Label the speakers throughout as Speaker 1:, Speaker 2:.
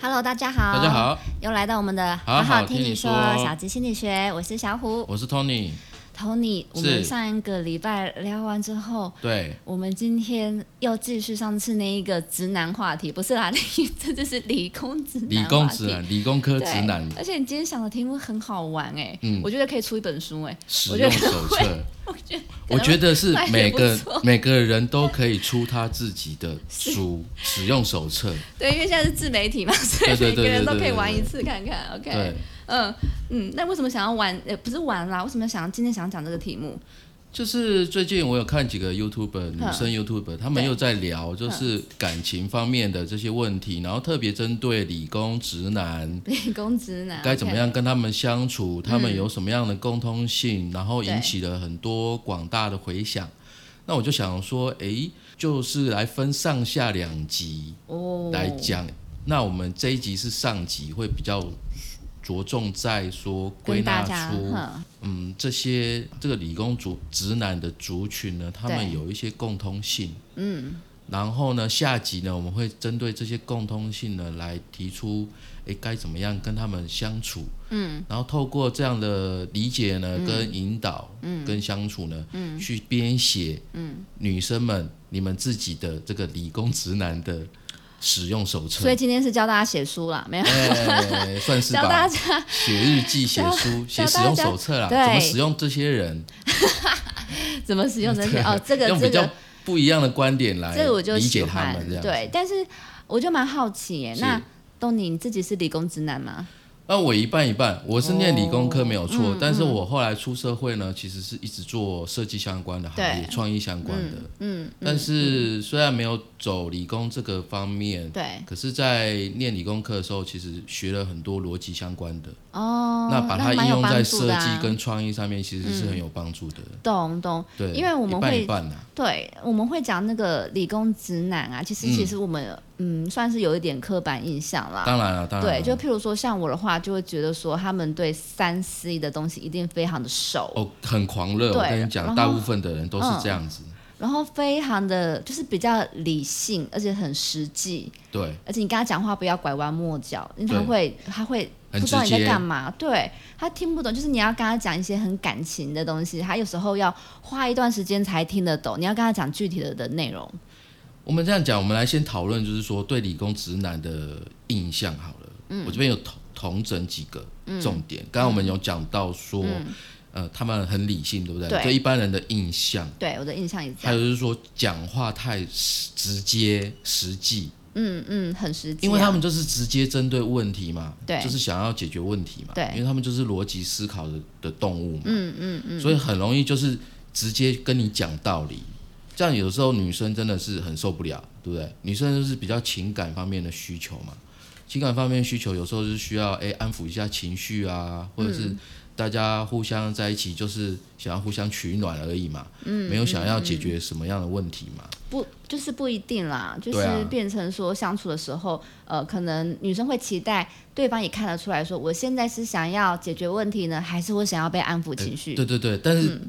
Speaker 1: Hello，大家好，
Speaker 2: 大家，好，
Speaker 1: 又来到我们的
Speaker 2: 好好
Speaker 1: 听
Speaker 2: 听你
Speaker 1: 说
Speaker 2: 说
Speaker 1: 小鸡心理学，我是小虎
Speaker 2: 我是 Tony。
Speaker 1: Tony。我们
Speaker 2: 是
Speaker 1: 上一个礼拜聊完之后，
Speaker 2: 对，
Speaker 1: 我们今天又继续上次那一个直男话题，不是啦，你这就是理工直男
Speaker 2: 理
Speaker 1: 话题，
Speaker 2: 工直男，理工科
Speaker 1: 对，
Speaker 2: 直男
Speaker 1: 而且你今天想的题目很好玩哎、
Speaker 2: 嗯
Speaker 1: 我觉得可以出一本书哎、
Speaker 2: 使
Speaker 1: 我觉
Speaker 2: 用
Speaker 1: 得
Speaker 2: 手册，
Speaker 1: 我觉得
Speaker 2: 我觉得是
Speaker 1: 卖得
Speaker 2: 每
Speaker 1: 不
Speaker 2: 个
Speaker 1: 错
Speaker 2: 每个人都可以出他自己的书使用手册。
Speaker 1: 对，因为现在是自媒体嘛，所以
Speaker 2: 对对
Speaker 1: 每个
Speaker 2: 对
Speaker 1: 人
Speaker 2: 对
Speaker 1: 都
Speaker 2: 对
Speaker 1: 可以
Speaker 2: 对
Speaker 1: 玩一
Speaker 2: 对
Speaker 1: 次看看，OK？
Speaker 2: 对，
Speaker 1: 嗯嗯，那为什么想要玩？呃，不是玩啦，为什么想今天想讲这个题目？
Speaker 2: 就是最近我有看几个 YouTube 女生 YouTube，她
Speaker 1: 嗯
Speaker 2: 们
Speaker 1: 对嗯
Speaker 2: 又在聊就是感情方面的这些问题，然后特别针对理工直男。
Speaker 1: 理工直男
Speaker 2: 该怎么？
Speaker 1: OK
Speaker 2: 样跟他们相处？他们有什么样的共通性？然后
Speaker 1: 对
Speaker 2: 引起了很多广大的回响。那我就想说，诶，就是来分上下两集
Speaker 1: 哦，
Speaker 2: 来讲。那我们这一集是上集，会比较着重在说归
Speaker 1: 跟大
Speaker 2: 纳
Speaker 1: 家，
Speaker 2: 出，
Speaker 1: 哼
Speaker 2: 嗯，这些这个理工族直男的族群呢，他们
Speaker 1: 对
Speaker 2: 有一些共通性。嗯。然后呢，下集呢，我们会针对这些共通性呢，来提出，诶，该怎么样跟他们相处。嗯。然后透过这样的理解呢，跟引导，嗯，跟相处呢，嗯，去编写，嗯，女生们你们自己的这个理工直男的使用手册。
Speaker 1: 所以今天是教大家写书啦，没有？
Speaker 2: 哎，算是
Speaker 1: 教大
Speaker 2: 吧。
Speaker 1: 家
Speaker 2: 写日记、写书、
Speaker 1: 教
Speaker 2: 写
Speaker 1: 教
Speaker 2: 使
Speaker 1: 大
Speaker 2: 用
Speaker 1: 家
Speaker 2: 手册啦，
Speaker 1: 对
Speaker 2: 怎么使用这些人，
Speaker 1: 怎么使用 这些哦，这个
Speaker 2: 啊用
Speaker 1: 这
Speaker 2: 比较
Speaker 1: 个
Speaker 2: 不一样的观点来
Speaker 1: 这个我就
Speaker 2: 理
Speaker 1: 喜
Speaker 2: 解他
Speaker 1: 欢
Speaker 2: 们这，样。
Speaker 1: 对。但是我就蛮好奇耶，
Speaker 2: 是
Speaker 1: 那东尼你自己是理工直男吗？
Speaker 2: 那我一半一半，我是念理工科没有错，
Speaker 1: 哦嗯
Speaker 2: 但是我后来出社会呢，其实是一直做设计相关的行业
Speaker 1: 对，
Speaker 2: 创意相关的。
Speaker 1: 嗯，
Speaker 2: 但是虽然没有走理工这个方面，
Speaker 1: 对
Speaker 2: 可是，在念理工课的时候，其实学了很多逻辑相关的，
Speaker 1: 哦，
Speaker 2: 那把它
Speaker 1: 蛮
Speaker 2: 应
Speaker 1: 有
Speaker 2: 用在
Speaker 1: 帮助
Speaker 2: 设
Speaker 1: 的啊
Speaker 2: 计跟创意上面，其实是很有帮助的。
Speaker 1: 懂懂。
Speaker 2: 对，
Speaker 1: 因为我们
Speaker 2: 一半
Speaker 1: 会
Speaker 2: 一半呐、啊
Speaker 1: 对，我们会讲那个理工直男啊，其实
Speaker 2: 嗯
Speaker 1: 其实我们嗯算是有一点刻板印象啦。
Speaker 2: 当然了、当然啊啦。
Speaker 1: 对，就譬如说像我的话，就会觉得说他们对三 C 的东西一定非常的熟，
Speaker 2: 哦，很狂热。
Speaker 1: 对
Speaker 2: 我跟你
Speaker 1: 然
Speaker 2: 讲，
Speaker 1: 后
Speaker 2: 大部分的人都是这样子。
Speaker 1: 然后非常的就是比较理性，而且很实际，
Speaker 2: 对，
Speaker 1: 而且你跟他讲话不要拐弯抹角，因为他
Speaker 2: 对
Speaker 1: 会他会不
Speaker 2: 很
Speaker 1: 知道
Speaker 2: 直
Speaker 1: 你在
Speaker 2: 接
Speaker 1: 干嘛，对他听不懂，就是你要跟他讲一些很感情的东西，他有时候要花一段时间才听得懂，你要跟他讲具体的的内容。
Speaker 2: 我们这样讲，我们来先讨论，就是说对理工直男的印象好了。嗯，我这边有统统整几个
Speaker 1: 嗯
Speaker 2: 重点。刚刚我们有讲到说，呃，他们很理性，对不对？
Speaker 1: 对
Speaker 2: 对一般人的印象，
Speaker 1: 对，我的印象也是这
Speaker 2: 还
Speaker 1: 样，
Speaker 2: 有就是说讲话太实直接、实际，
Speaker 1: 嗯嗯，很实际啊、
Speaker 2: 因为他们就是直接针对问题嘛，
Speaker 1: 对
Speaker 2: 就是想要解决问题嘛，
Speaker 1: 对
Speaker 2: 因为他们就是逻辑思考的的动物嘛，嗯嗯嗯，所以很容易就是直接跟你讲道理，这样有时候女生真的是很受不了，对不对？女生就是比较情感方面的需求嘛，情感方面需求有时候是需要哎安抚一下情绪啊，或者是大家互相在一起就是想要互相取暖而已嘛，嗯，没有想要解决什么样的问题嘛，
Speaker 1: 不就是不一定啦，就是
Speaker 2: 对啊
Speaker 1: 变成说相处的时候，呃，可能女生会期待对方也看得出来说，我现在是想要解决问题呢，还是我想要被安抚情绪？
Speaker 2: 对对对，但是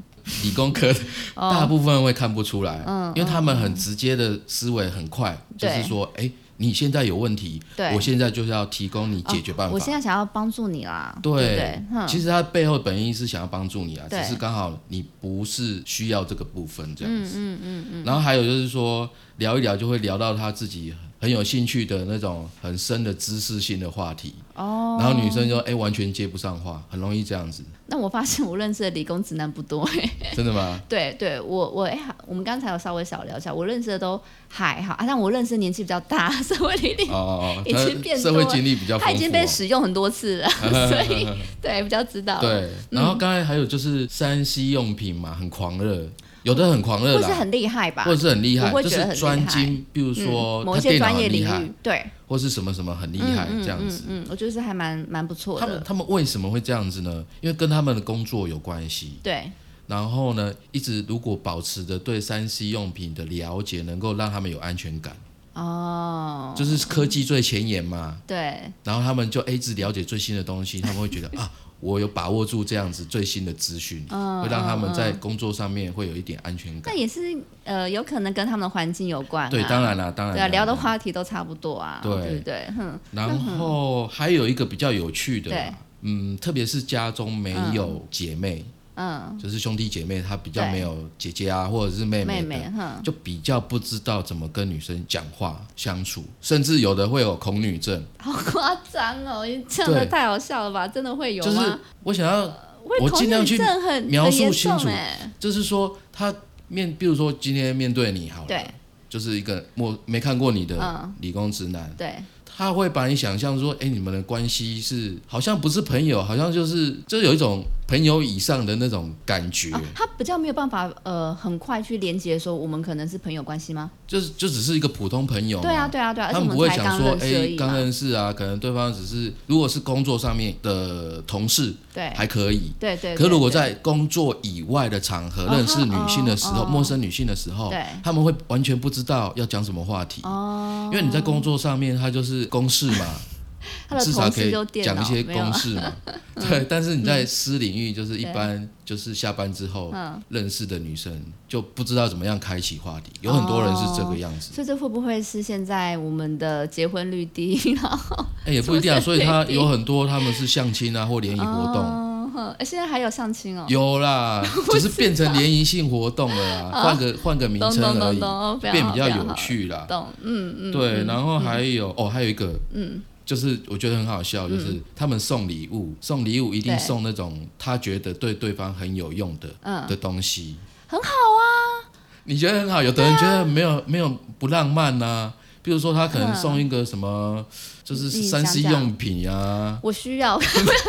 Speaker 2: 理工科的
Speaker 1: 哦
Speaker 2: 大部分会看不出来，
Speaker 1: 嗯
Speaker 2: 因为他们很直接的思维很快，就
Speaker 1: 对
Speaker 2: 是说，哎、你现在有问题，
Speaker 1: 对哦
Speaker 2: 我现在就是要提供你解决办
Speaker 1: 我
Speaker 2: 法。
Speaker 1: 现在想要帮助你啦，对不
Speaker 2: 对
Speaker 1: 对，哼，
Speaker 2: 其实他背后本意是想要帮助你啊，只
Speaker 1: 对
Speaker 2: 是刚好你不是需要这个部分这样子。嗯嗯嗯然后还有就是说，聊一聊就会聊到他自己很有兴趣的那种很深的知识性的话题，
Speaker 1: 哦，
Speaker 2: 然后女生就哎、完全接不上话，很容易这样子，
Speaker 1: 那我发现我认识的理工直男不多、欸，
Speaker 2: 真的吗？
Speaker 1: 对对，我我哎、我们刚才有稍微小聊一下，我认识的都还好啊，但我认识的年纪比较大， 社会历练，
Speaker 2: 哦哦，哦
Speaker 1: 已经变
Speaker 2: 他
Speaker 1: 多
Speaker 2: 社
Speaker 1: 了
Speaker 2: 会经历比较丰富、哦，
Speaker 1: 他已经被使用很多次 了，所以对比较知道，，
Speaker 2: 对。然后刚才还有就是三 C 用品嘛，很狂热，有的很狂热
Speaker 1: 或是
Speaker 2: 啦，
Speaker 1: 很厉害吧，
Speaker 2: 或者是很厉害
Speaker 1: 我，会
Speaker 2: 就
Speaker 1: 觉得
Speaker 2: 是
Speaker 1: 很
Speaker 2: 专
Speaker 1: 厉害
Speaker 2: 精，比如说
Speaker 1: 嗯、某
Speaker 2: 他
Speaker 1: 一些
Speaker 2: 电脑
Speaker 1: 专
Speaker 2: 很
Speaker 1: 业
Speaker 2: 厉
Speaker 1: 领
Speaker 2: 害，
Speaker 1: 域，对，
Speaker 2: 或是什么什么很厉害这样子。
Speaker 1: 嗯，我觉得是还蛮蛮不错
Speaker 2: 他们
Speaker 1: 的，
Speaker 2: 他们为什么会这样子呢？因为跟他们的工作有关系。
Speaker 1: 对，
Speaker 2: 然后呢，一直如果保持着对三 C 用品的了解，能够让他们有安全感，
Speaker 1: 哦，
Speaker 2: 就是科技最前沿嘛。
Speaker 1: 对，
Speaker 2: 然后他们就诶一直了解最新的东西，他们会觉得啊，我有把握住这样子最新的资讯，
Speaker 1: 嗯
Speaker 2: 会让他们
Speaker 1: 嗯
Speaker 2: 在
Speaker 1: 嗯
Speaker 2: 工作上面会有一点安全
Speaker 1: 那
Speaker 2: 感。
Speaker 1: 也是呃，有可能跟他们的环境有关、啊。
Speaker 2: 对，当然啦，当然
Speaker 1: 对啊，聊的
Speaker 2: 当然
Speaker 1: 话题都差不多啊，
Speaker 2: 对
Speaker 1: 不对？哼，
Speaker 2: 然后还有一个比较有趣的
Speaker 1: 对
Speaker 2: 啦，嗯，特别是家中没有姐妹，
Speaker 1: 嗯，
Speaker 2: 就是兄弟姐妹，他比较
Speaker 1: 对
Speaker 2: 没有姐姐啊，或者是妹
Speaker 1: 妹
Speaker 2: 的，
Speaker 1: 妹，哼，
Speaker 2: 就比较不知道怎么跟女生讲话相处，甚至有的会有恐女症，
Speaker 1: 好夸张哦！你这样的
Speaker 2: 对
Speaker 1: 太好笑了吧？真的会有
Speaker 2: 就
Speaker 1: 吗？
Speaker 2: 是我想要，
Speaker 1: 会
Speaker 2: 我
Speaker 1: 恐
Speaker 2: 尽量
Speaker 1: 女
Speaker 2: 去
Speaker 1: 症很
Speaker 2: 描
Speaker 1: 很
Speaker 2: 述
Speaker 1: 严
Speaker 2: 清
Speaker 1: 重
Speaker 2: 楚
Speaker 1: 哎
Speaker 2: 就是说他面，比如说今天面对你好了，
Speaker 1: 对
Speaker 2: 就是一个我没看过你的
Speaker 1: 嗯
Speaker 2: 理工直男，
Speaker 1: 对，
Speaker 2: 他会把你想象说，哎、你们的关系是好像不是朋友，好像就是就有一种朋友以上的那种感觉，
Speaker 1: 哦，他比较没有办法呃，很快去连接说我们可能是朋友关系吗？
Speaker 2: 就是就只是一个普通朋友嘛。
Speaker 1: 对啊，对啊，对啊，而且
Speaker 2: 他们
Speaker 1: 我
Speaker 2: 不会
Speaker 1: 才
Speaker 2: 想
Speaker 1: 刚
Speaker 2: 说，
Speaker 1: 认识而
Speaker 2: 哎，
Speaker 1: 已
Speaker 2: 刚
Speaker 1: 嘛，
Speaker 2: 认识啊，可能对方只是，如果是工作上面的同事
Speaker 1: 对
Speaker 2: 还可以，
Speaker 1: 对对。
Speaker 2: 可
Speaker 1: 对
Speaker 2: 如果
Speaker 1: 对
Speaker 2: 在工作以外的场合
Speaker 1: 哦
Speaker 2: 认识女性的时
Speaker 1: 哦
Speaker 2: 候，
Speaker 1: 哦
Speaker 2: 陌生女性的时候
Speaker 1: 对，
Speaker 2: 他们会完全不知道要讲什么话题，
Speaker 1: 哦
Speaker 2: 因为你在工作上面，它就是公式嘛，
Speaker 1: 他的
Speaker 2: 至少
Speaker 1: 同
Speaker 2: 可
Speaker 1: 事
Speaker 2: 以
Speaker 1: 就电
Speaker 2: 讲
Speaker 1: 脑
Speaker 2: 一些
Speaker 1: 没有
Speaker 2: 公
Speaker 1: 啊嗯
Speaker 2: 式 嘛。对，但是你在私领域，就是一般就是下班之后
Speaker 1: 嗯
Speaker 2: 认识的女生，就不知道怎么样开启话题，有很多人是这
Speaker 1: 哦
Speaker 2: 个样子。
Speaker 1: 所以这会不会是现在我们的结婚率低？然后
Speaker 2: 哎，也不一定啊，
Speaker 1: 出
Speaker 2: 所
Speaker 1: 生
Speaker 2: 以他
Speaker 1: 率低
Speaker 2: 有很多他们是相亲啊或联谊活动，
Speaker 1: 哦 哼哎现在还有相亲哦，
Speaker 2: 有啦，只是变成联谊性活动了啦，换个换个名
Speaker 1: 懂
Speaker 2: 称
Speaker 1: 懂
Speaker 2: 而
Speaker 1: 懂
Speaker 2: 已
Speaker 1: 哦懂，，哦非
Speaker 2: 变
Speaker 1: 常
Speaker 2: 比较有，趣啦
Speaker 1: 非常好。懂，嗯嗯，
Speaker 2: 对，然后还有哦，还有一个，嗯，就是我觉得很好
Speaker 1: 嗯
Speaker 2: 笑，就是他们送礼物，送礼物一定
Speaker 1: 对
Speaker 2: 送那种他觉得对对方很有用
Speaker 1: 嗯
Speaker 2: 的的东西，
Speaker 1: 很
Speaker 2: 好啊。你觉得很好，有的人觉得没
Speaker 1: 嗯
Speaker 2: 有没有不浪漫呐，比如说他可能送一个什么，就是
Speaker 1: 你想
Speaker 2: 三 C
Speaker 1: 讲
Speaker 2: 用品啊，
Speaker 1: 我需要，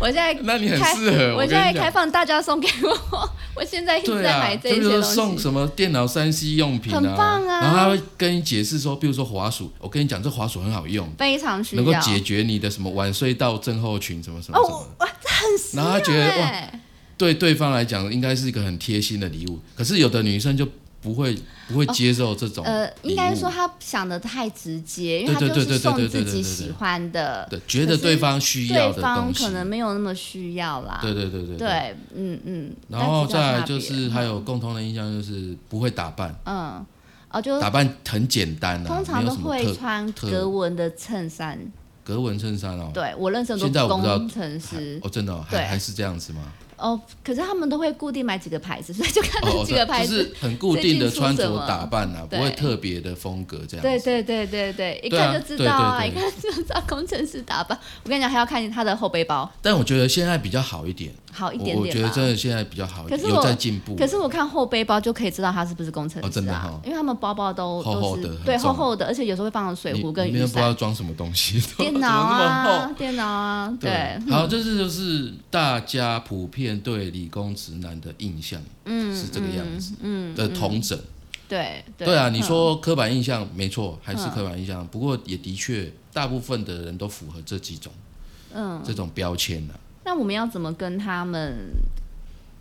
Speaker 1: 我现在
Speaker 2: 那你很
Speaker 1: 开
Speaker 2: 适合。
Speaker 1: 我
Speaker 2: 我跟
Speaker 1: 现在
Speaker 2: 你
Speaker 1: 开
Speaker 2: 讲，
Speaker 1: 放大家送给我， 我现在一直
Speaker 2: 对
Speaker 1: 在
Speaker 2: 啊，
Speaker 1: 买这
Speaker 2: 就
Speaker 1: 一
Speaker 2: 比
Speaker 1: 些
Speaker 2: 如说
Speaker 1: 东
Speaker 2: 送
Speaker 1: 西。
Speaker 2: 什么电脑三 C 用品啊，
Speaker 1: 很棒啊
Speaker 2: 然后他会跟你解释说，比如说滑鼠，我跟你讲这滑鼠很好用，
Speaker 1: 非常需要，
Speaker 2: 能够解决你的什么晚睡到症候群什么什么什么，
Speaker 1: 哦，哇，这很实
Speaker 2: 然后他觉得哇，
Speaker 1: 哎，
Speaker 2: 对对方来讲应该是一个很贴心的礼物，可是有的女生就不会不会接受这种礼物、
Speaker 1: 呃，应该说他想的太直接，因为他
Speaker 2: 哦对
Speaker 1: 就
Speaker 2: 对
Speaker 1: 是
Speaker 2: 对对
Speaker 1: 送
Speaker 2: 对对
Speaker 1: 自
Speaker 2: 对
Speaker 1: 己
Speaker 2: 对对
Speaker 1: 喜欢的，
Speaker 2: 对，觉得对方需要
Speaker 1: 对
Speaker 2: 的
Speaker 1: 方
Speaker 2: 东西
Speaker 1: 呃可，能没有那么需要啦。
Speaker 2: 对对对对对。
Speaker 1: 对，嗯嗯。
Speaker 2: 然后
Speaker 1: 但知道
Speaker 2: 再来
Speaker 1: 差别
Speaker 2: 就是还有共同的印象就是不会打扮，
Speaker 1: 嗯，哦，就
Speaker 2: 打扮很简单啊，
Speaker 1: 通常
Speaker 2: 没有
Speaker 1: 都
Speaker 2: 什么
Speaker 1: 会
Speaker 2: 特
Speaker 1: 穿
Speaker 2: 特
Speaker 1: 格纹的衬衫。
Speaker 2: 格纹衬衫哦。
Speaker 1: 对我认识很
Speaker 2: 现在
Speaker 1: 多
Speaker 2: 我不知道
Speaker 1: 工程师
Speaker 2: 还哦，真的、哦、
Speaker 1: 对
Speaker 2: 还还是这样子吗？
Speaker 1: 哦，可是他们都会固定买几个牌子，所以 就看
Speaker 2: 哦，
Speaker 1: 那
Speaker 2: 哦
Speaker 1: 几个
Speaker 2: 对
Speaker 1: 牌
Speaker 2: 就
Speaker 1: 子。
Speaker 2: 是很固
Speaker 1: 最
Speaker 2: 定
Speaker 1: 近
Speaker 2: 的
Speaker 1: 出
Speaker 2: 穿
Speaker 1: 什
Speaker 2: 着
Speaker 1: 么
Speaker 2: 打扮啊，不
Speaker 1: 对
Speaker 2: 会特别的风格这样子。
Speaker 1: 对对对对对，一
Speaker 2: 对啊
Speaker 1: 看就知道啊，
Speaker 2: 对
Speaker 1: 一
Speaker 2: 对
Speaker 1: 看就知道工程师打扮。我跟你讲，还要看他的后背包，
Speaker 2: 但我觉得现在比较好一点，
Speaker 1: 好一
Speaker 2: 我
Speaker 1: 点
Speaker 2: 我觉
Speaker 1: 点
Speaker 2: 得
Speaker 1: 吧
Speaker 2: 真。的现在比较好一点，
Speaker 1: 可是
Speaker 2: 有
Speaker 1: 我
Speaker 2: 在进步。
Speaker 1: 可是我看后背包就可以知道他是不是工程
Speaker 2: 哦真
Speaker 1: 师
Speaker 2: 的
Speaker 1: 啊，
Speaker 2: 哦
Speaker 1: 因为他们包包都
Speaker 2: 厚厚
Speaker 1: 都
Speaker 2: 的很
Speaker 1: 是对
Speaker 2: 重
Speaker 1: 厚厚的，而且有时候会放水
Speaker 2: 你
Speaker 1: 壶跟
Speaker 2: 里
Speaker 1: 雨
Speaker 2: 面不知道
Speaker 1: 伞、
Speaker 2: 装什么 东西，
Speaker 1: 电
Speaker 2: 怎么
Speaker 1: 脑
Speaker 2: 那么厚
Speaker 1: 啊、电脑啊，对，
Speaker 2: 好，这是就是大家普遍对理工直男的印象
Speaker 1: 嗯，
Speaker 2: 是这个样子
Speaker 1: 嗯，嗯
Speaker 2: 的同整。
Speaker 1: 对
Speaker 2: 对啊，你
Speaker 1: 嗯
Speaker 2: 说刻板印象没错，还是刻板印象，不过也的确大部分的人都符合这几种
Speaker 1: 嗯，
Speaker 2: 这种标签啊。
Speaker 1: 那我们要怎么跟他们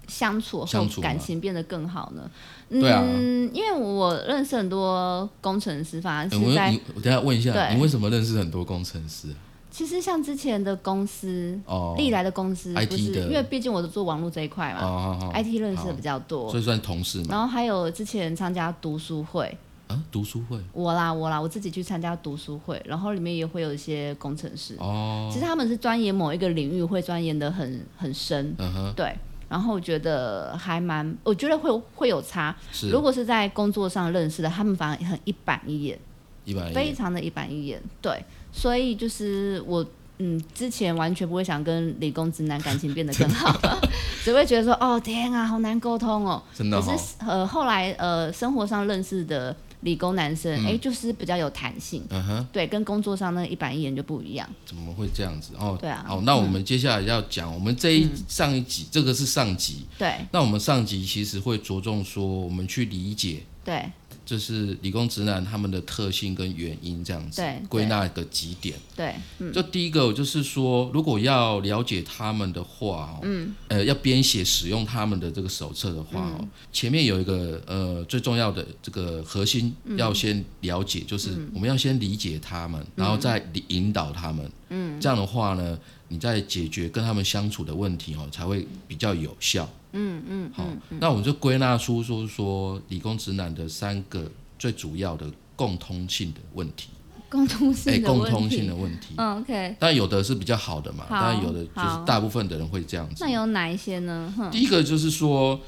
Speaker 1: 相处后
Speaker 2: 相处吗
Speaker 1: 感情变得更好呢？
Speaker 2: 对啊
Speaker 1: 嗯，因为我认识很多工程师，反而
Speaker 2: 欸
Speaker 1: 是
Speaker 2: 我
Speaker 1: 在
Speaker 2: 你我等一下问一下，
Speaker 1: 对
Speaker 2: 你为什么认识很多工程师啊？
Speaker 1: 其实像之前的公司，
Speaker 2: 哦，
Speaker 1: 历来的公司
Speaker 2: IT
Speaker 1: 不是，
Speaker 2: 的
Speaker 1: 因为毕竟哎我是做网络这一块嘛
Speaker 2: 哦好好，
Speaker 1: ，IT 认识的比较多
Speaker 2: 所。以算同事嘛。
Speaker 1: 然后还有之前参加读书会，
Speaker 2: 啊，读书会
Speaker 1: 我啦我啦，我自己去参加读书会，然后里面也会有一些工程师，
Speaker 2: 哦，
Speaker 1: 其实他们是钻研某一个领域，会钻研的很很深，
Speaker 2: 嗯哼，
Speaker 1: 对。然后我觉得还蛮，我觉得会会有差。
Speaker 2: 是
Speaker 1: 如果是在工作上认识的，他们反而很一板一眼，
Speaker 2: 一般
Speaker 1: 非常的一板一眼。对，所以就是我，嗯，之前完全不会想跟理工直男感情变得更好， 只会觉得说，哦天啊，好难沟通哦。
Speaker 2: 真的
Speaker 1: 可
Speaker 2: 哈、
Speaker 1: 是呃，后来呃，生活上认识的理工男生，哎、就是比较有弹性，
Speaker 2: 嗯哼，
Speaker 1: 对，跟工作上那一板一眼就不一样。
Speaker 2: 怎么会这样子？哦，
Speaker 1: 对啊嗯
Speaker 2: 好，那我们接下来要讲，我们这一、上一集这个是上集，
Speaker 1: 对
Speaker 2: 那我们上集其实会着重说，我们去理解
Speaker 1: 对
Speaker 2: 就是理工直男他们的特性跟原因这样子
Speaker 1: 对，
Speaker 2: 归纳个几点。
Speaker 1: 对，
Speaker 2: 就第一个，我就是说，如果要了解他们的话、哦，嗯，呃，要编写使用他们的这个手册的话、哦，前面有一个呃最重要的这个核心要先了嗯解，就是我们要先理解他们，然后再理引导他们，嗯，这样的话呢，你在解决跟他们相处的问题哦，才会比较有效。嗯嗯，好、那我们就归纳出就是说理工直男的三个最主要的共通性的问题，哎
Speaker 1: 共通性的
Speaker 2: 共
Speaker 1: 问
Speaker 2: 通
Speaker 1: 题
Speaker 2: 性的问题。
Speaker 1: 嗯，OK，
Speaker 2: 但有的是比较好的嘛，
Speaker 1: 好
Speaker 2: 但有的就是
Speaker 1: 好
Speaker 2: 大部分的人会这样子
Speaker 1: 那。有哪一些呢？哼，
Speaker 2: 第一个就是说，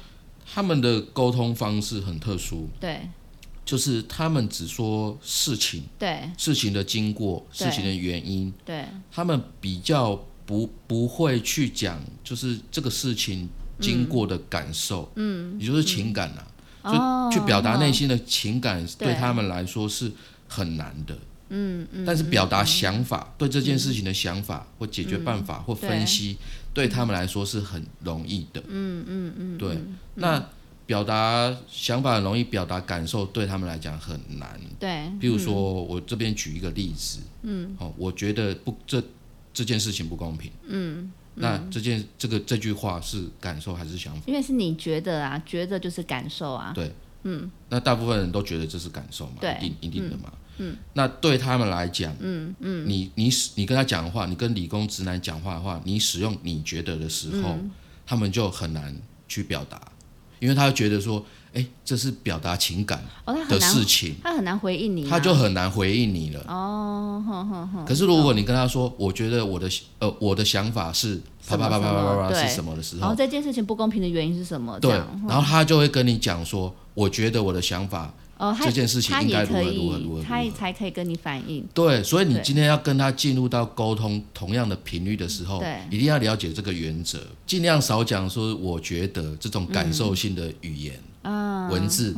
Speaker 2: 他们的沟通方式很特殊，
Speaker 1: 对
Speaker 2: 就是他们只说事情、
Speaker 1: 对
Speaker 2: 事情的经过、
Speaker 1: 对
Speaker 2: 事情的原因，
Speaker 1: 对，
Speaker 2: 他们比较不不会去讲，就是这个事情经过的感受，嗯，也就是情感啊，
Speaker 1: 哦，
Speaker 2: 去表达内心的情感，
Speaker 1: 对
Speaker 2: 哦对他们来说是很难的。嗯嗯，但是表达想法、对这件事情的想法、或解决办法、或分析，嗯对他们来说是很容易的。嗯嗯嗯，对。那表达想法很容易，表达感受对他们来讲很难。
Speaker 1: 对
Speaker 2: 譬如说，我这边举一个例子，嗯，哦，我觉得不这这件事情不公平，嗯，那这件这个这句话是感受还是想法？
Speaker 1: 因为是你觉得啊，觉得就是感受啊，
Speaker 2: 对，嗯，那大部分人都觉得这是感受嘛，
Speaker 1: 对
Speaker 2: 一定一定的嘛，嗯，那对他们来讲，嗯嗯，你你使你跟他讲话，你跟理工直男讲话的话，你使用你觉得的时候，他们就很难去表达，因为他会觉得说，哎、这是表达情感
Speaker 1: 哦，他很
Speaker 2: 的
Speaker 1: 难，
Speaker 2: 事情，
Speaker 1: 他很难回应你啊，
Speaker 2: 他就很难回应你了。
Speaker 1: 哦，哼哼哼，
Speaker 2: 可是如果你跟他说，我觉得我的呃我的想法是啪啪啪啪啪啪
Speaker 1: 什么什么
Speaker 2: 啪
Speaker 1: 对
Speaker 2: 是什么的时
Speaker 1: 然后
Speaker 2: 候，
Speaker 1: 哦这件事情不公平的原因是什么？这
Speaker 2: 对
Speaker 1: 样，嗯
Speaker 2: 然后他就会跟你讲说，我觉得我的想法
Speaker 1: 哦，他
Speaker 2: 这件事情
Speaker 1: 他
Speaker 2: 应
Speaker 1: 也
Speaker 2: 该如何
Speaker 1: 可
Speaker 2: 如何如何
Speaker 1: 以，
Speaker 2: 如
Speaker 1: 他
Speaker 2: 何
Speaker 1: 也。才可以跟你反映。
Speaker 2: 对，所以你
Speaker 1: 对
Speaker 2: 今天要跟他进入到沟通同样的频率的时候
Speaker 1: 对，
Speaker 2: 一定要了解这个原则，尽量少讲说我觉得这种感受性的语言、
Speaker 1: 嗯
Speaker 2: 文字。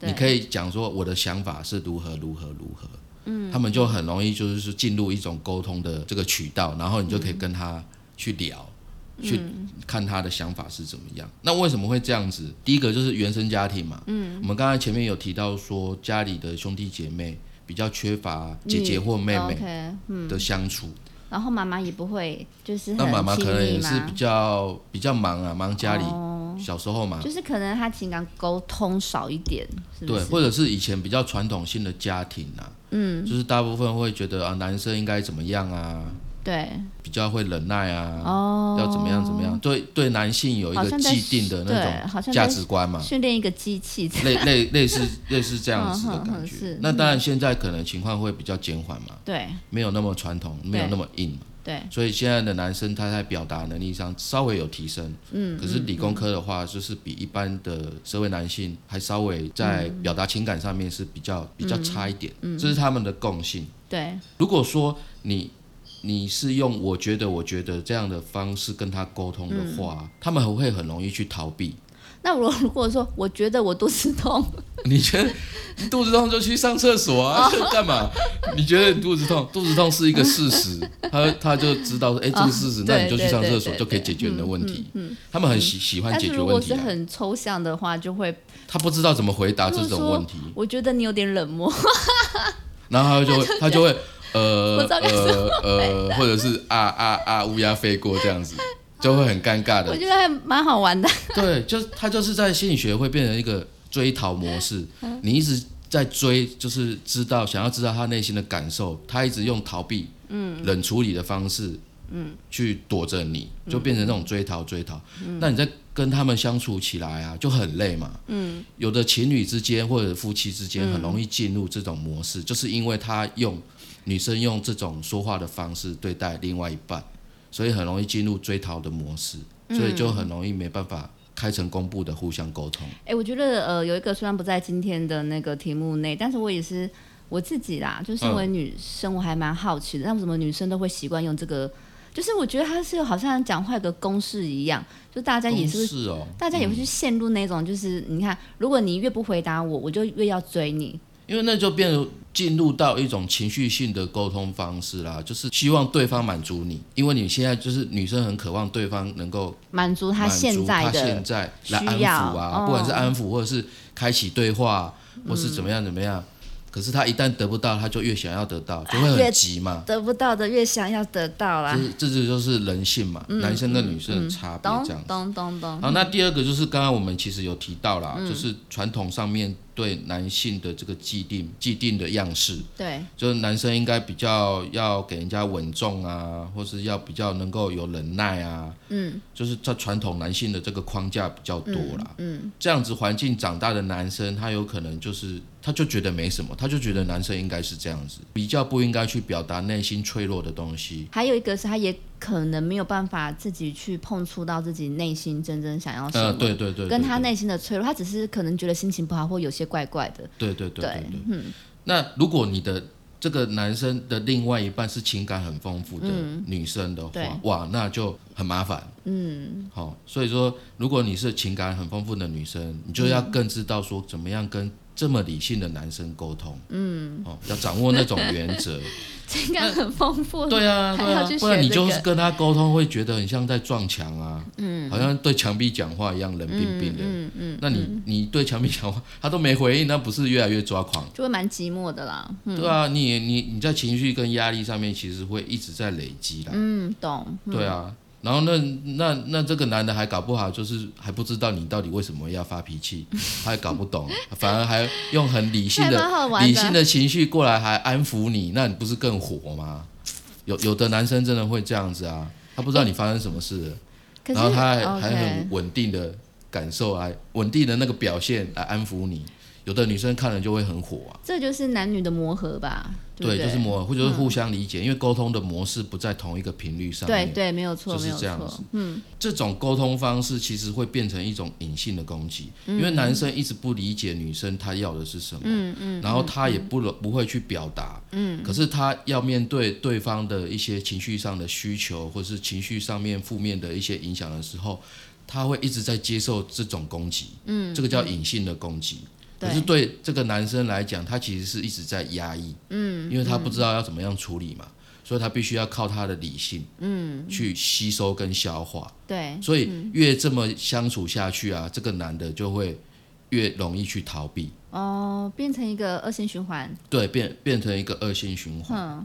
Speaker 1: 对
Speaker 2: 你可以讲说我的想法是如何如何如何，嗯，他们就很容易就是说进入一种沟通的这个渠道，然后你就可以跟他去聊，
Speaker 1: 嗯
Speaker 2: 去看他的想法是怎么样。那为什么会这样子？第一个就是原生家庭嘛，嗯，我们刚才前面有提到说家里的兄弟姐妹比较缺乏姐姐或妹妹
Speaker 1: OK，
Speaker 2: 的相处，
Speaker 1: 然后妈妈也不会，就是
Speaker 2: 那
Speaker 1: 很
Speaker 2: 妈妈可
Speaker 1: 亲
Speaker 2: 能
Speaker 1: 密
Speaker 2: 也是
Speaker 1: 吗
Speaker 2: 比较比较忙啊，忙家里，嗯
Speaker 1: 哦
Speaker 2: 小时候嘛，
Speaker 1: 就是可能他情感沟通少一点，是不
Speaker 2: 对，
Speaker 1: 是？
Speaker 2: 或者是以前比较传统性的家庭啊，嗯，就是大部分会觉得啊，男生应该怎么样啊，
Speaker 1: 对，
Speaker 2: 比较会忍耐啊，
Speaker 1: 哦，
Speaker 2: 要怎么样怎么样，对对，男性有一
Speaker 1: 好
Speaker 2: 个
Speaker 1: 像在
Speaker 2: 既定的
Speaker 1: 对
Speaker 2: 那
Speaker 1: 好
Speaker 2: 种
Speaker 1: 像
Speaker 2: 价
Speaker 1: 在
Speaker 2: 值观嘛，
Speaker 1: 训练一个机器这样，
Speaker 2: 类类类似类似这样子的
Speaker 1: 嗯嗯
Speaker 2: 感
Speaker 1: 嗯
Speaker 2: 觉
Speaker 1: 是。
Speaker 2: 那当然，现在可能情况会比较减缓嘛，
Speaker 1: 对
Speaker 2: 没有那么传统，没有那么硬嘛，
Speaker 1: 对，
Speaker 2: 所以现在的男生他在表达能力上稍微有提升，嗯，可是理工科的话，就是比一般的社会男性还稍微在表达情感上面是比较比较差一点，这是他们的共性。
Speaker 1: 对
Speaker 2: 如果说你你是用我觉得我觉得这样的方式跟他沟通的话，他们会很容易去逃避。
Speaker 1: 那我如果说我觉得我肚子 痛，
Speaker 2: 你觉得你肚子痛就去上厕所啊？
Speaker 1: 哦
Speaker 2: 干嘛？你觉得你肚子痛，肚子痛是一个事 实，他他就知道说，哎、这个事实，
Speaker 1: 哦
Speaker 2: 那你就去
Speaker 1: 对
Speaker 2: 上厕所
Speaker 1: 对对嗯
Speaker 2: 就可以解决你的问题。他们很喜喜欢
Speaker 1: 但
Speaker 2: 解
Speaker 1: 是
Speaker 2: 决
Speaker 1: 如果
Speaker 2: 问题、
Speaker 1: 是
Speaker 2: 啊，
Speaker 1: 很抽象的话，就会
Speaker 2: 他不知道怎么回答这
Speaker 1: 如
Speaker 2: 种
Speaker 1: 果
Speaker 2: 问题，
Speaker 1: 说我觉得你有点冷漠，
Speaker 2: 然后他就会他就会呃
Speaker 1: 我知道该说
Speaker 2: 呃呃，或者是啊啊啊乌鸦飞过这样子，就会很尴尬的
Speaker 1: 我觉得还蛮好玩的。
Speaker 2: 对，就是他就是在心理学会变成一个追逃模式，你一直在追，就是知道想要知道他内心的感受，他一直用逃避、嗯、冷处理的方式，嗯，去躲着你，就变成那种追逃追逃。那你在跟他们相处起来啊，就很累嘛。嗯，有的情侣之间或者夫妻之间很容易进入这种模式，就是因为他用女生用这种说话的方式对待另外一半，所以很容易进入追逃的模式，所以就很容易没办法开诚公布的互相沟通。
Speaker 1: 哎、我觉得呃，有一个虽然不在今天的那个题目内，但是我也是我自己啦，就是
Speaker 2: 嗯
Speaker 1: 身为女生，我还蛮好奇的，那为什么女生都会习惯用这个？就是我觉得它是好像讲话有个公式一样，就大家也是
Speaker 2: 公
Speaker 1: 会
Speaker 2: 式哦，
Speaker 1: 大家也会去陷入那种，就是你看，如果你越不回答我，我就越要追你。
Speaker 2: 因为那就变成进入到一种情绪性的沟通方式啦，就是希望对方满足你，因为你现在就是女生很渴望对方能够
Speaker 1: 满足他
Speaker 2: 满足
Speaker 1: 现在
Speaker 2: 他现
Speaker 1: 的，
Speaker 2: 在来安
Speaker 1: 需要
Speaker 2: 抚啊，
Speaker 1: 哦嗯
Speaker 2: 不管是安抚或者是开启对话，啊或是怎么样怎么样。可是他一旦得不到，他就越想要得到，就会
Speaker 1: 啊越啊
Speaker 2: 很急嘛。
Speaker 1: 得不到的越想要得到啦
Speaker 2: 这。这这就是人性嘛，
Speaker 1: 嗯
Speaker 2: 男生跟女生的差别
Speaker 1: 懂
Speaker 2: 这样子。
Speaker 1: 懂懂懂
Speaker 2: 嗯好，那第二个就是刚刚我们其实有提到啦，就是传统上面对男性的这个既定既定的样式，
Speaker 1: 对，
Speaker 2: 就是男生应该比较要给人家稳重啊，或是要比较能够有忍耐啊，嗯，就是在传统男性的这个框架比较多啦，嗯，这样子环境长大的男生，他有可能就是他就觉得没什么，他就觉得男生应该是这样子，比较不应该去表达内心脆弱的东西，
Speaker 1: 还有一个是他也可能没有办法自己去碰触到自己内心真正想要什么，
Speaker 2: 呃，对对对，
Speaker 1: 跟他
Speaker 2: 对
Speaker 1: 内心的脆弱，他只是可能觉得心情不好或有些怪怪的，
Speaker 2: 对对嗯对对
Speaker 1: 对
Speaker 2: 对。那如果你的这个男生的另外一半是情感很丰富的女生的话，
Speaker 1: 对
Speaker 2: 哇，那就很麻烦。嗯，好、所以说，如果你是情感很丰富的女生，你就要更知道说怎么样跟这么理性的男生沟通。嗯，哦，要掌握那种原则。
Speaker 1: 情感很丰富，
Speaker 2: 对啊，
Speaker 1: 还
Speaker 2: 对
Speaker 1: 要
Speaker 2: 啊
Speaker 1: 去，
Speaker 2: 不然
Speaker 1: 学
Speaker 2: 你
Speaker 1: 这
Speaker 2: 就
Speaker 1: 个
Speaker 2: 是跟他沟通，会觉得很像在撞墙啊，嗯，好像对墙壁讲话一样，冷冰冰的。嗯嗯，那你你对墙壁讲话，他都没回应，那不是越来越抓狂？
Speaker 1: 就会蛮寂寞的啦。
Speaker 2: 对啊，你你你在情绪跟压力上面，其实会一直在累积啦。
Speaker 1: 嗯，懂。
Speaker 2: 对啊，然后那那那这个男的还搞不好就是还不知道你到底为什么要发脾气，他还搞不懂，反而还用很理性
Speaker 1: 还蛮好
Speaker 2: 的
Speaker 1: 玩的
Speaker 2: 理性的情绪过来还安抚你，那你不是更火吗？有有的男生真的会这样子啊，他不知道你发生什么事了，
Speaker 1: 可是
Speaker 2: 然后他还、
Speaker 1: OK，
Speaker 2: 还很稳定的感受啊，稳定的那个表现来安抚你。有的女生看了就会很火啊。
Speaker 1: 这就是男女的磨合吧？不
Speaker 2: 对，就是磨合，或者是互相理解，因为沟通的模式不在同一个频率上
Speaker 1: 对
Speaker 2: 面。
Speaker 1: 对，没有错，
Speaker 2: 就是
Speaker 1: 没有
Speaker 2: 这样
Speaker 1: 错
Speaker 2: 子。这种沟通方式其实会变成一种隐性的攻击，因为男生一直不理解女生她要的是什么，嗯嗯，然后他也不能不会去表达，嗯，可是他要面对对方的一些情绪上的需求，或是情绪上面负面的一些影响的时候，他会一直在接受这种攻击，嗯，这个叫隐性的攻击。
Speaker 1: 对
Speaker 2: 可是对这个男生来讲，他其实是一直在压抑，嗯，因为他不知道要怎么样处理嘛，所以他必须要靠他的理性，嗯，去吸收跟消化。
Speaker 1: 对，
Speaker 2: 所以越这么相处下去啊，这个男的就会越容易去逃避，
Speaker 1: 哦，变成一个恶性循环。
Speaker 2: 对，变变成一个恶性循环。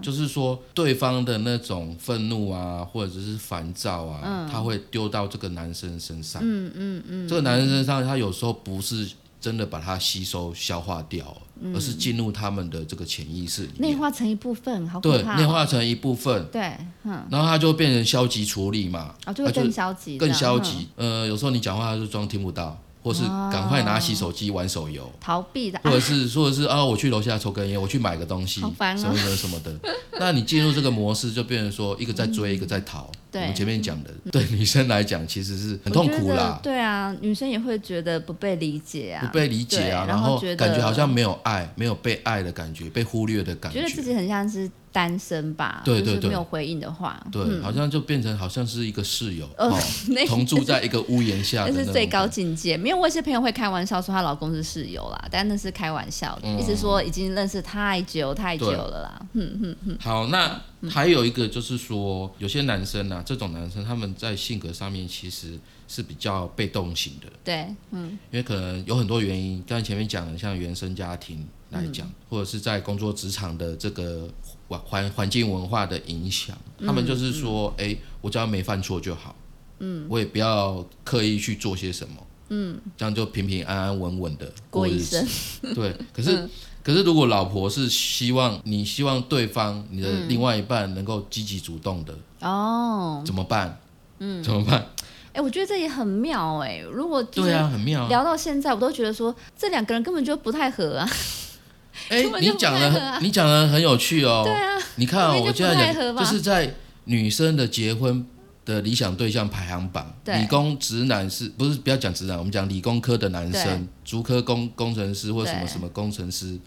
Speaker 2: 就是说对方的那种愤怒啊，或者是烦躁啊，他会丢到这个男生身上。嗯嗯嗯，这个男生身上，他有时候不是真的把它吸收消化掉，而是进入他们的这个潜意识里
Speaker 1: 内
Speaker 2: 面，
Speaker 1: 化成一部分，好可
Speaker 2: 对，
Speaker 1: 怕、
Speaker 2: 内
Speaker 1: 哦。
Speaker 2: 化成一部分，
Speaker 1: 对，嗯，
Speaker 2: 然后他就变成消极处理嘛，
Speaker 1: 哦，就会
Speaker 2: 啊就
Speaker 1: 更消极，这
Speaker 2: 更
Speaker 1: 样
Speaker 2: 消，
Speaker 1: 嗯
Speaker 2: 极。呃，有时候你讲话他就装听不到，或是
Speaker 1: 哦
Speaker 2: 赶快拿起手机玩手游，
Speaker 1: 逃避的。
Speaker 2: 或
Speaker 1: 啊
Speaker 2: 者是或者是啊，我去楼下抽根烟，我去买个东西，
Speaker 1: 好烦哦
Speaker 2: 什么的什么的。那你进入这个模式，就变成说一个在追，一个在逃。
Speaker 1: 嗯对
Speaker 2: 我们前面讲的， 对女生来讲其实是
Speaker 1: 我
Speaker 2: 很痛
Speaker 1: 觉
Speaker 2: 苦
Speaker 1: 得
Speaker 2: 啦，
Speaker 1: 对啊，女生也会觉得不被理解
Speaker 2: 不
Speaker 1: 啊，
Speaker 2: 被理解啊，
Speaker 1: 对
Speaker 2: 然
Speaker 1: 然
Speaker 2: 后
Speaker 1: 后觉
Speaker 2: 感觉
Speaker 1: 得
Speaker 2: 好像没有爱，没有被爱的感觉，被忽略的感
Speaker 1: 觉得自己很像是单身吧，
Speaker 2: 对
Speaker 1: 就
Speaker 2: 对
Speaker 1: 是
Speaker 2: 对
Speaker 1: 没有回应的话，
Speaker 2: 对，好像就变成好像是一个室友
Speaker 1: 呃
Speaker 2: 哦，
Speaker 1: 嗯那
Speaker 2: 同住在一个屋檐下的
Speaker 1: 那
Speaker 2: 那
Speaker 1: 是
Speaker 2: 种
Speaker 1: 最高
Speaker 2: 感觉
Speaker 1: 境界。没有，我有些朋友会开玩笑说她老公是室友啦，但那是开玩笑的，意思说已经认识太久太久
Speaker 2: 嗯对
Speaker 1: 了啦。
Speaker 2: 好，那还有一个就是说，有些男生啊，这种男生他们在性格上面其实是比较被动型的，
Speaker 1: 对，
Speaker 2: 因为可能有很多原因。刚才前面讲的，像原生家庭来讲，
Speaker 1: 嗯
Speaker 2: 或者是在工作职场的这个环环环境文化的影响，
Speaker 1: 嗯
Speaker 2: 他们就是说，哎、我只要没犯错就好，嗯，我也不要刻意去做些什么，嗯，这样就平平安安稳稳的
Speaker 1: 过
Speaker 2: 日
Speaker 1: 一
Speaker 2: 子
Speaker 1: 生。
Speaker 2: 对，
Speaker 1: 嗯
Speaker 2: 可是、可是如果老婆是希望你希望对方你的另外一半能够积极主动的，
Speaker 1: 嗯哦，
Speaker 2: 怎么办？嗯，怎么办？
Speaker 1: 哎、我觉得这也很妙哎、如果就是
Speaker 2: 对啊，很妙啊。
Speaker 1: 聊到现在，我都觉得说这两个人根本就不太合啊。
Speaker 2: 哎、
Speaker 1: 根本
Speaker 2: 你
Speaker 1: 就不啊
Speaker 2: 讲
Speaker 1: 太
Speaker 2: 的
Speaker 1: 合
Speaker 2: 很，你讲的很有趣 哦。对啊，你看、
Speaker 1: 根、
Speaker 2: 哦
Speaker 1: 本
Speaker 2: 我
Speaker 1: 就
Speaker 2: 现
Speaker 1: 不
Speaker 2: 在
Speaker 1: 太合
Speaker 2: 讲，
Speaker 1: 吧
Speaker 2: 就是在女生的结婚的理想对象排行榜，
Speaker 1: 对
Speaker 2: 理工直男是不是不要讲直男，我们讲理工科的男
Speaker 1: 对
Speaker 2: 生，竹科工工程师或什么
Speaker 1: 对
Speaker 2: 什么工程师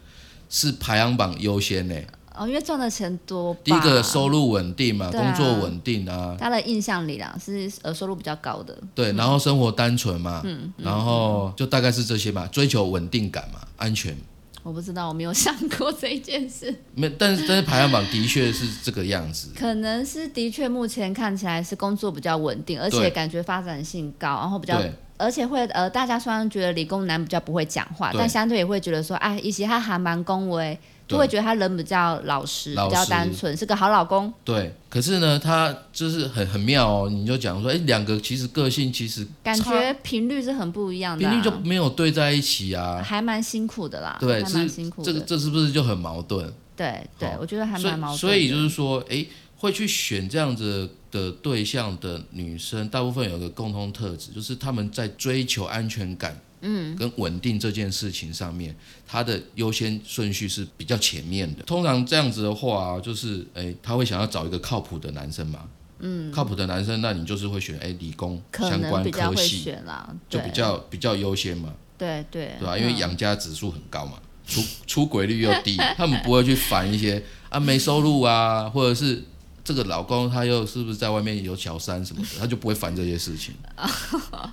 Speaker 2: 是排行榜优先呢、
Speaker 1: 哦，因为赚的钱多吧。
Speaker 2: 第一个收入稳定嘛，
Speaker 1: 对啊
Speaker 2: 工作稳定啊，
Speaker 1: 他的印象里啦是呃收入比较高的，
Speaker 2: 对，然后生活单纯嘛，
Speaker 1: 嗯
Speaker 2: 然后就大概是这些嘛，追求稳定感嘛，安全。
Speaker 1: 我不知道，我没有想过这一件事。
Speaker 2: 没，但是但是排行榜的确是这个样 子，
Speaker 1: 可能是的确目前看起来是工作比较稳定，而且
Speaker 2: 对
Speaker 1: 感觉发展性高，然后比较
Speaker 2: 对
Speaker 1: 而且会呃，大家虽然觉得理工男比较不会讲话，
Speaker 2: 对
Speaker 1: 但相对也会觉得说，哎，以及他还蛮恭维，就
Speaker 2: 对
Speaker 1: 会觉得他人比较老实，
Speaker 2: 老
Speaker 1: 比较
Speaker 2: 实
Speaker 1: 单纯，是个好老公。
Speaker 2: 对，可是呢，他就是很很妙哦。你就讲说，哎，两个其实个性其实
Speaker 1: 感
Speaker 2: 差
Speaker 1: 觉频率是很不一样的、
Speaker 2: 频
Speaker 1: 啊，
Speaker 2: 率就没有对在一起啊。
Speaker 1: 还蛮辛苦的啦，
Speaker 2: 对，
Speaker 1: 还
Speaker 2: 是
Speaker 1: 蛮辛苦
Speaker 2: 这
Speaker 1: 的。
Speaker 2: 个这是不是就很矛盾？
Speaker 1: 对对
Speaker 2: 好，
Speaker 1: 我觉得还蛮矛盾的
Speaker 2: 所以。所以就是说，诶，会去选这样子的对象的女生，大部分有个共通特质，就是她们在追求安全感，嗯，跟稳定这件事情上面，她的优先顺序是比较前面的。通常这样子的话、啊就是诶，她会想要找一个靠谱的男生嘛。嗯，靠谱的男生，那你就是会选诶理工
Speaker 1: 可
Speaker 2: 相
Speaker 1: 能
Speaker 2: 关
Speaker 1: 比较
Speaker 2: 科
Speaker 1: 会
Speaker 2: 系，
Speaker 1: 选啦，
Speaker 2: 就
Speaker 1: 对
Speaker 2: 比较比较优先嘛。
Speaker 1: 对对，啊嗯
Speaker 2: 对吧、啊因为养家指数很高嘛，出出轨率又低， 他们不会去烦一些啊没收入啊，或者是这个老公他又是不是在外面有小三什么的，他就不会烦这些事情。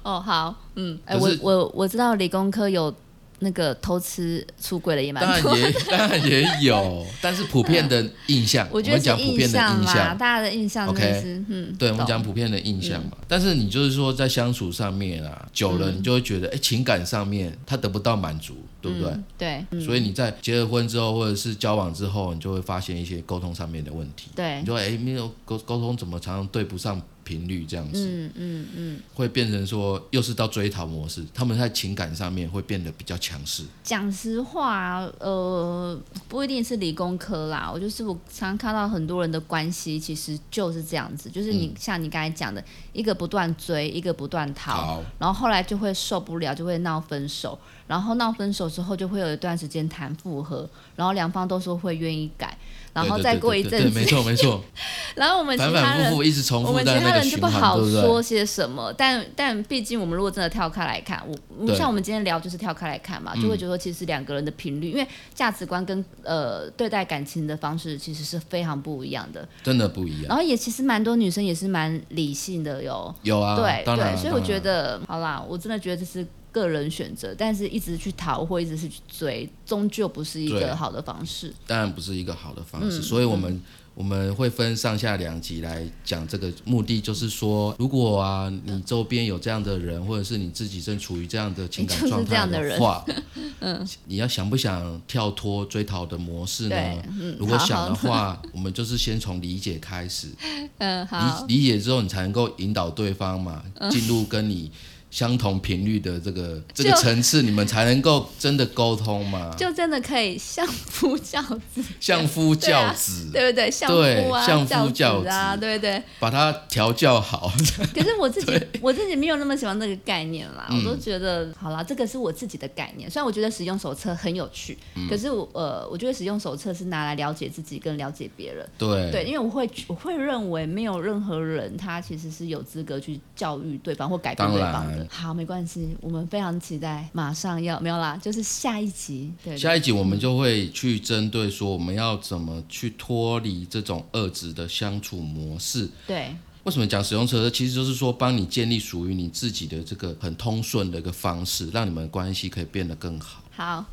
Speaker 1: 哦好，嗯，哎、
Speaker 2: 可
Speaker 1: 我
Speaker 2: 是
Speaker 1: 我我知道理工科有那个偷吃出轨的也蛮
Speaker 2: 当然
Speaker 1: 多，
Speaker 2: 也当然也有，但是普遍的印象，我
Speaker 1: 觉得
Speaker 2: 们
Speaker 1: 是
Speaker 2: 讲普遍的
Speaker 1: 象
Speaker 2: 印
Speaker 1: 啦，
Speaker 2: 象，
Speaker 1: 大家的印象真的
Speaker 2: OK
Speaker 1: 是嗯，
Speaker 2: 对我
Speaker 1: 懂
Speaker 2: 们
Speaker 1: 嗯
Speaker 2: 讲普遍的印象嘛。但是你就是说在相处上面啊，久了你就会觉得，哎、情感上面他得不到满足，对不对？
Speaker 1: 嗯对
Speaker 2: 所以你在结了婚之后，或者是交往之后，你就会发现一些沟通上面的问题。
Speaker 1: 对
Speaker 2: 你说哎，没有沟沟通怎么常常对不上频率这样子，嗯嗯嗯，会变成说又是到追讨模式，他们在情感上面会变得比较强势，
Speaker 1: 讲实话，呃，不一定是理工科啦。我就是我常看到很多人的关系其实就是这样子，就是
Speaker 2: 嗯
Speaker 1: 你、像你刚才讲的，一个不断追，一个不断逃，
Speaker 2: 好，
Speaker 1: 然后后来就会受不了，就会闹分手，然后闹分手之后就会有一段时间谈复合，然后两方都说会愿意改，然后
Speaker 2: 对对
Speaker 1: 再
Speaker 2: 对
Speaker 1: 过一
Speaker 2: 对
Speaker 1: 阵
Speaker 2: 对
Speaker 1: 子，
Speaker 2: 没错没错，
Speaker 1: 然后我们其
Speaker 2: 反
Speaker 1: 他
Speaker 2: 反
Speaker 1: 人
Speaker 2: 复复一直重
Speaker 1: 我
Speaker 2: 复
Speaker 1: 们其
Speaker 2: 在那
Speaker 1: 他
Speaker 2: 个
Speaker 1: 人就
Speaker 2: 循
Speaker 1: 不
Speaker 2: 环，
Speaker 1: 好
Speaker 2: 对不对？
Speaker 1: 说些什么，但但毕竟我们如果真的跳开来看，我我
Speaker 2: 对嗯
Speaker 1: 像我们今天聊就是跳开来看嘛，就会觉得说其实两个人的频率，因为价值观跟呃对待感情的方式其实是非常不一样的。
Speaker 2: 真的不一样，
Speaker 1: 然后也其实蛮多女生也是蛮理性的哟，
Speaker 2: 有啊，
Speaker 1: 对
Speaker 2: 当
Speaker 1: 对，
Speaker 2: 然啊，
Speaker 1: 所以我
Speaker 2: 当然
Speaker 1: 觉
Speaker 2: 啊
Speaker 1: 得好啦，我真的觉得这是个人选择，但是一直去逃或一直是去追，终究不是一
Speaker 2: 对
Speaker 1: 个好的方式。
Speaker 2: 当然不是一个好的方
Speaker 1: 嗯
Speaker 2: 式，所以我们、我们会分上下两集来讲这个，目的就是说，如果啊你周边有这样的人，或者是你自己正处于这样的情感
Speaker 1: 哎就是
Speaker 2: 状
Speaker 1: 这
Speaker 2: 态
Speaker 1: 样的人
Speaker 2: 话， 你要想不想跳脱追逃的模式呢
Speaker 1: 对？嗯
Speaker 2: 如果
Speaker 1: 好
Speaker 2: 想的话，我们就是先从理解开始，
Speaker 1: 嗯，好，嗯
Speaker 2: 理理解之后，你才能够引导对方嘛，进入跟你。相同频率的这个这个
Speaker 1: 就
Speaker 2: 层次，你们才能够真的沟通嘛，
Speaker 1: 就真的可以相夫教子。
Speaker 2: 相夫
Speaker 1: 对啊
Speaker 2: 教子。
Speaker 1: 对不对？相
Speaker 2: 对
Speaker 1: 夫啊，
Speaker 2: 相夫
Speaker 1: 教
Speaker 2: 教
Speaker 1: 子啊，
Speaker 2: 子
Speaker 1: 对不对？
Speaker 2: 把它调教好。
Speaker 1: 可是我自己， 我自己没有那么喜欢这个概念啦。我都
Speaker 2: 嗯
Speaker 1: 觉得，好啦，这个是我自己的概念。虽然我觉得使用手册很有趣，
Speaker 2: 嗯
Speaker 1: 可是我呃，我觉得使用手册是拿来了解自己跟了解别人。
Speaker 2: 对
Speaker 1: 对，因为我会我会认为没有任何人他其实是有资格去教育对方或改变
Speaker 2: 当
Speaker 1: 对
Speaker 2: 然
Speaker 1: 方的。好，没关系，我们非常期待马上要没有啦，就是下一集。对，对
Speaker 2: 下一集我们就会去针对说我们要怎么去脱离这种二职的相处模式。
Speaker 1: 对，
Speaker 2: 为什么讲使用者？其实就是说帮你建立属于你自己的这个很通顺的一个方式，让你们的关系可以变得更好。
Speaker 1: 好，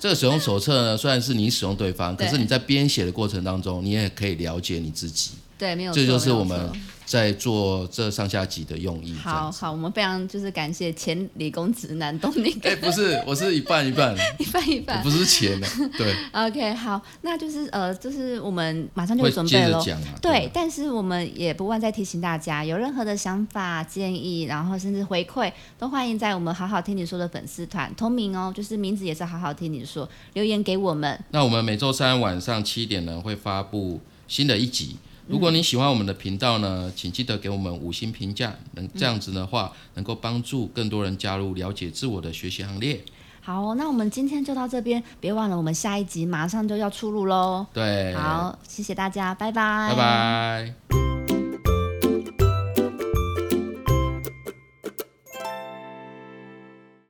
Speaker 2: 这个使用手册呢，虽然是你使用对方，可
Speaker 1: 对
Speaker 2: 是你在编写的过程当中，你也可以了解你自己。
Speaker 1: 对，没有错，
Speaker 2: 这就是
Speaker 1: 没有
Speaker 2: 我们
Speaker 1: 错
Speaker 2: 在做这上下集的用意。这
Speaker 1: 好
Speaker 2: 样子，
Speaker 1: 好，我们非常就是感谢前理工直男东尼
Speaker 2: 哎、
Speaker 1: 跟
Speaker 2: 不是，我是一半一半，
Speaker 1: 一半一
Speaker 2: 我
Speaker 1: 半
Speaker 2: 不。是钱的，对，
Speaker 1: OK，好，那就是呃，就是我们马上就
Speaker 2: 会
Speaker 1: 有准
Speaker 2: 接
Speaker 1: 备
Speaker 2: 着
Speaker 1: 喽。
Speaker 2: 讲啊。
Speaker 1: 对，但是我们也不忘再提醒大家，有任何的想法、建议，然后甚至回馈，都欢迎在我们好好听你说的粉丝团同名哦，就是名字也是好好听你说，留言给我们。
Speaker 2: 那我们每周三晚上七点呢会发布新的一集。如果你喜欢我们的频道呢，请记得给我们五星评价，
Speaker 1: 嗯
Speaker 2: 能这样子的话，能够帮助更多人加入了解自我的学习行列。
Speaker 1: 好哦、那我们今天就到这边，别忘了我们下一集马上就要出炉喽。
Speaker 2: 对，
Speaker 1: 好，谢谢大家，拜
Speaker 2: 拜拜。